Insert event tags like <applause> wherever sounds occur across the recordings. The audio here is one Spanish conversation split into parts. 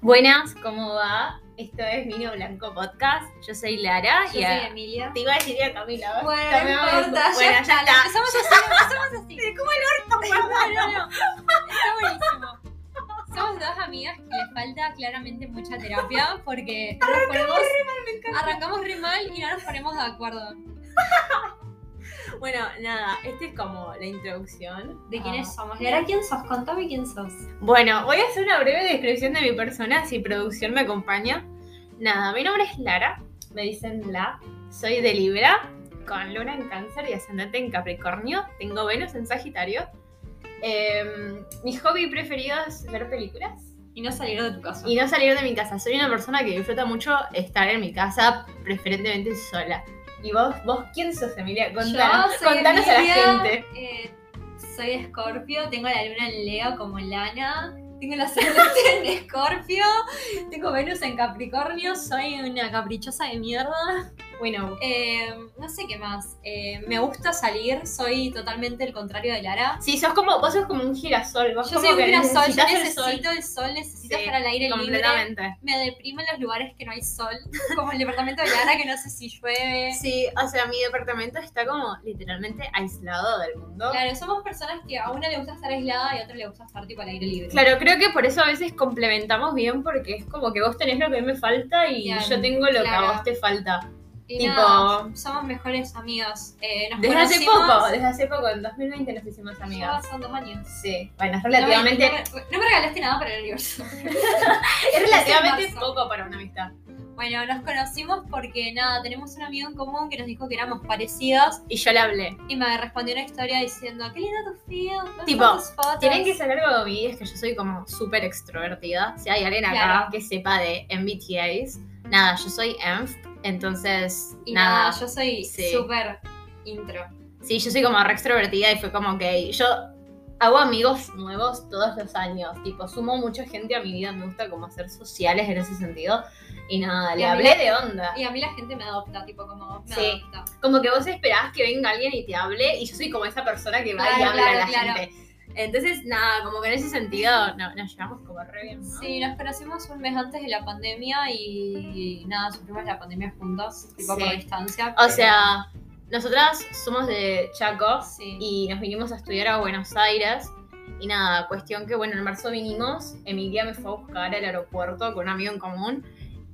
Buenas, ¿cómo va? Esto es Vino Blanco Podcast. Yo soy Lara Yo y a- soy Emilia. te iba a decir a Camila. ¿ves? Bueno, no Camila, importa, bueno, ya, está. lo Empezamos así, lo empezamos así. ¿Cómo el orto, <laughs> No, no, no. <laughs> Está buenísimo. Somos dos amigas que les falta claramente mucha terapia porque no nos ponemos- arrancamos re mal y no nos ponemos de acuerdo. Ah, Bueno, nada, esta es como la introducción de quiénes Ah. somos. ¿Y ahora quién sos? Contame quién sos. Bueno, voy a hacer una breve descripción de mi persona si producción me acompaña. Nada, mi nombre es Lara, me dicen La, soy de Libra, con luna en cáncer y ascendente en Capricornio, tengo Venus en Sagitario. Em, mi hobby preferido es ver películas Y no salir de tu casa. y no salir de mi casa. Soy una persona que disfruta mucho estar en mi casa, preferentemente sola. ¿Y vos, vos quién sos, Emilia? Contanos, Yo soy contanos a la Emilia, gente. eh, soy Escorpio, tengo la luna en Leo como Lana, tengo la ascendente en <laughs> Escorpio, tengo Venus en Capricornio, soy una caprichosa de mierda. Bueno, Eh, no sé qué más. Eh, me gusta salir, soy totalmente el contrario de Lara. si sos como, vos sos como un girasol. Vos Yo como soy que un girasol, yo necesitas el sol. necesito el sol, necesito Sí, estar al aire libre. Completamente. Me deprime los lugares que no hay sol, como el departamento de Lara que no sé si llueve. Sí, o sea, mi departamento está como literalmente aislado del mundo. Claro. Claro, somos personas que a una le gusta estar aislada y a otra le gusta estar tipo al aire libre. creo que por eso a veces complementamos bien porque es como que vos tenés lo que a mí me falta y Claro, yo tengo lo que claro. a vos te falta. Y tipo, nada, somos mejores amigas. Eh, nos desde hace conocimos- poco, desde hace poco, en 2020 nos hicimos amigas. Ya son dos años. Sí, bueno, es No me- relativamente, No me, no me regalaste nada para el universo. es relativamente en marzo. poco para una amistad. Bueno, nos conocimos porque nada, tenemos un amigo en común que nos dijo que éramos parecidas Y yo le hablé. y me respondió una historia diciendo, qué lindo tu fío, Tipo, Tienen que saber algo de mí, es que yo soy como súper extrovertida. Si hay alguien acá Claro. que sepa de MBTIs, nada, yo soy ENF, entonces Y nada, yo soy Sí. súper intro. Sí, yo soy como re extrovertida y fue como que yo hago amigos nuevos todos los años. Tipo, sumo mucha gente a mi vida, me gusta como hacer sociales en ese sentido. Y nada, Y le a mí- hablé de onda. Y a mí la gente me adopta, tipo como me Sí. adopta. Como que vos esperabas que venga alguien y te hable y yo soy como esa persona que va y Claro, habla a la claro, claro. gente. Entonces, nada, como que en ese sentido no, nos llevamos como re bien, ¿no? Sí, nos conocimos un mes antes de la pandemia y, nada, sufrimos la pandemia juntos, tipo Sí. por distancia. O pero- sea, nosotras somos de Chaco sí. y nos vinimos a estudiar a Buenos Aires. Y nada, cuestión que, bueno, en marzo vinimos, Emilia me fue a buscar al aeropuerto con un amigo en común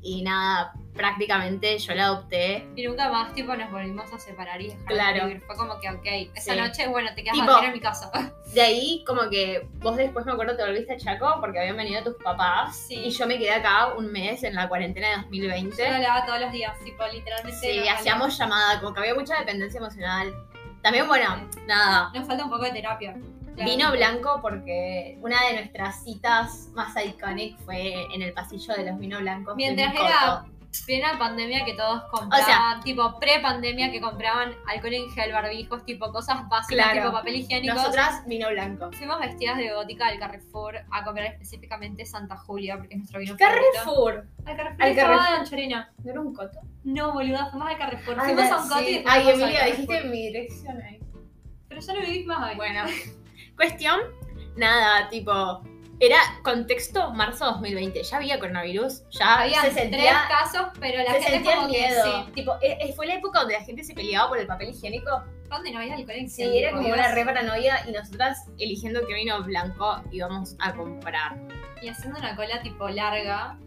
y nada, prácticamente yo la adopté. Y nunca más, tipo, nos volvimos a separar y dejar Claro. de vivir. Fue como que, ok, esa Sí. noche, bueno, te quedas Tipo- a dormir en mi casa. <laughs> De ahí, como que vos después me acuerdo te volviste a Chaco porque habían venido tus papás Sí. y yo me quedé acá un mes en la cuarentena de 2020. Yo lo hablaba todos los días, tipo, literalmente. Sí, nos hacíamos llamada, como que había mucha dependencia emocional. También, bueno, nada, falta- Nos falta un poco de terapia. Claro. Vino blanco porque una de nuestras citas más icónicas fue en el pasillo de los vino blancos. de Mientras Micoto. era- Plena pandemia que todos compraban, O sea- tipo, pre-pandemia que compraban alcohol en gel, barbijos, tipo, cosas básicas, Claro. tipo, papel higiénico. Nosotras vino blanco. Fuimos vestidas de gótica al Carrefour a comprar específicamente Santa Julia, porque es nuestro vino favorito. Carrefour. Al Al Carrefour. Al Carrefour. Carrefour. de Anchorena. ¿No era un coto? No, boluda, fuimos al Carrefour. fuimos a un coto y después Ah, Ay, fuimos al Emilia, Carrefour. dijiste mi dirección <laughs> ahí. Pero ya no vivís más ahí. Bueno, cuestión, nada, tipo, era contexto marzo 2020, ya había coronavirus, ya Había se tres sentía, casos, pero la se gente sentía como miedo. que sí. Tipo, eh, eh, fue la época donde la gente se peleaba por el papel higiénico ¿Dónde no había alcohol en Sí, gel, era tipo, como una ibas re paranoia y nosotras eligiendo qué vino blanco íbamos a comprar. Y haciendo una cola tipo larga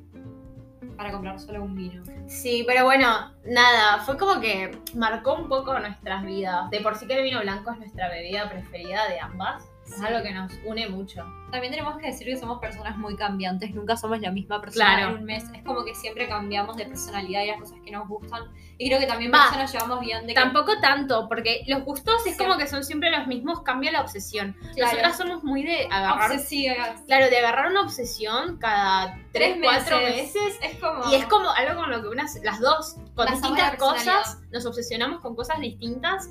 para comprar solo un vino. Sí, pero bueno, nada, fue como que marcó un poco nuestras vidas. De por sí que el vino blanco es nuestra bebida preferida de ambas. Es Sí. algo que nos une mucho. También tenemos que decir que somos personas muy cambiantes, nunca somos la misma persona Claro. en un mes. Es como que siempre cambiamos de personalidad y las cosas que nos gustan. Y creo que también Va. por eso nos llevamos bien de que Tampoco tanto, porque los gustos es Sí. como que son siempre los mismos, cambia la obsesión. Claro. Nosotras somos muy de agarrar. obsesivas. Claro, de agarrar una obsesión cada 3, Tres 4 meses. meses Es como. Y es como algo con lo que unas, las dos, con Pasamos distintas la personalidad. cosas, nos obsesionamos con cosas distintas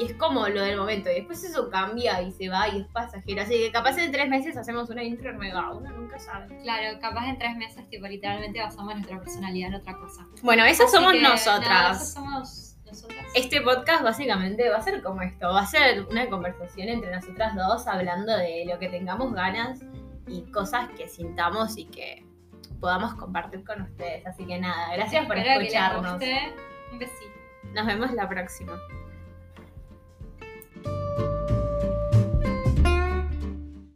y es como lo del momento. Y después eso cambia y se va y es pasajero. Así que capaz en tres meses hacemos una intro nueva, uno nunca sabe. Claro, capaz en tres meses, tipo, literalmente basamos nuestra personalidad en otra cosa. Bueno, esas Así somos que, nada, esas nosotras. somos nosotras. Este podcast básicamente va a ser como esto, va a ser una conversación entre nosotras dos hablando de lo que tengamos ganas y cosas que sintamos y que podamos compartir con ustedes. Así que nada, gracias por Espero que les escucharnos. guste. Un besito. Nos vemos la próxima.